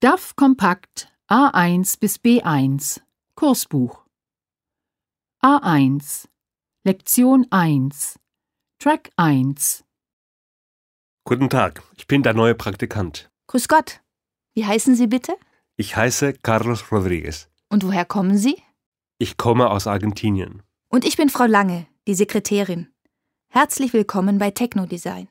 DAF Kompakt A1 bis B1 Kursbuch A1 Lektion 1 Track 1 Guten Tag, ich bin der neue Praktikant. Grüß Gott. Wie heißen Sie bitte? Ich heiße Carlos Rodriguez. Und woher kommen Sie? Ich komme aus Argentinien. Und ich bin Frau Lange, die Sekretärin. Herzlich willkommen bei Technodesign.